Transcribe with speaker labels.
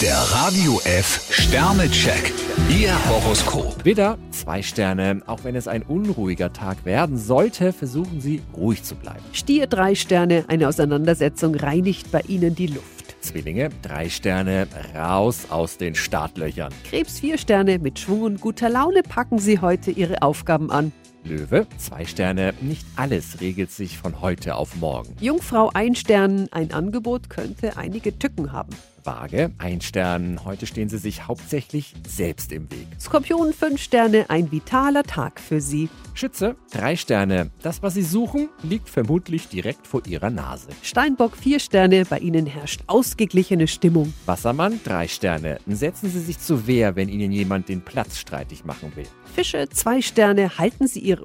Speaker 1: Der Radio F Sternecheck. Ihr Horoskop.
Speaker 2: Widder, zwei Sterne. Auch wenn es ein unruhiger Tag werden sollte, versuchen Sie ruhig zu bleiben.
Speaker 3: Stier drei Sterne, eine Auseinandersetzung reinigt bei Ihnen die Luft.
Speaker 2: Zwillinge, drei Sterne. Raus aus den Startlöchern.
Speaker 3: Krebs vier Sterne, mit Schwung und guter Laune packen Sie heute Ihre Aufgaben an.
Speaker 2: Löwe, zwei Sterne. Nicht alles regelt sich von heute auf morgen.
Speaker 3: Jungfrau ein Stern, ein Angebot könnte einige Tücken haben.
Speaker 2: Waage, ein Stern. Heute stehen Sie sich hauptsächlich selbst im Weg.
Speaker 3: Skorpion fünf Sterne, ein vitaler Tag für Sie.
Speaker 2: Schütze, drei Sterne. Das, was Sie suchen, liegt vermutlich direkt vor Ihrer Nase.
Speaker 3: Steinbock vier Sterne, bei Ihnen herrscht ausgeglichene Stimmung.
Speaker 2: Wassermann, drei Sterne. Setzen Sie sich zur Wehr, wenn Ihnen jemand den Platz streitig machen will.
Speaker 3: Fische zwei Sterne, halten Sie Ihre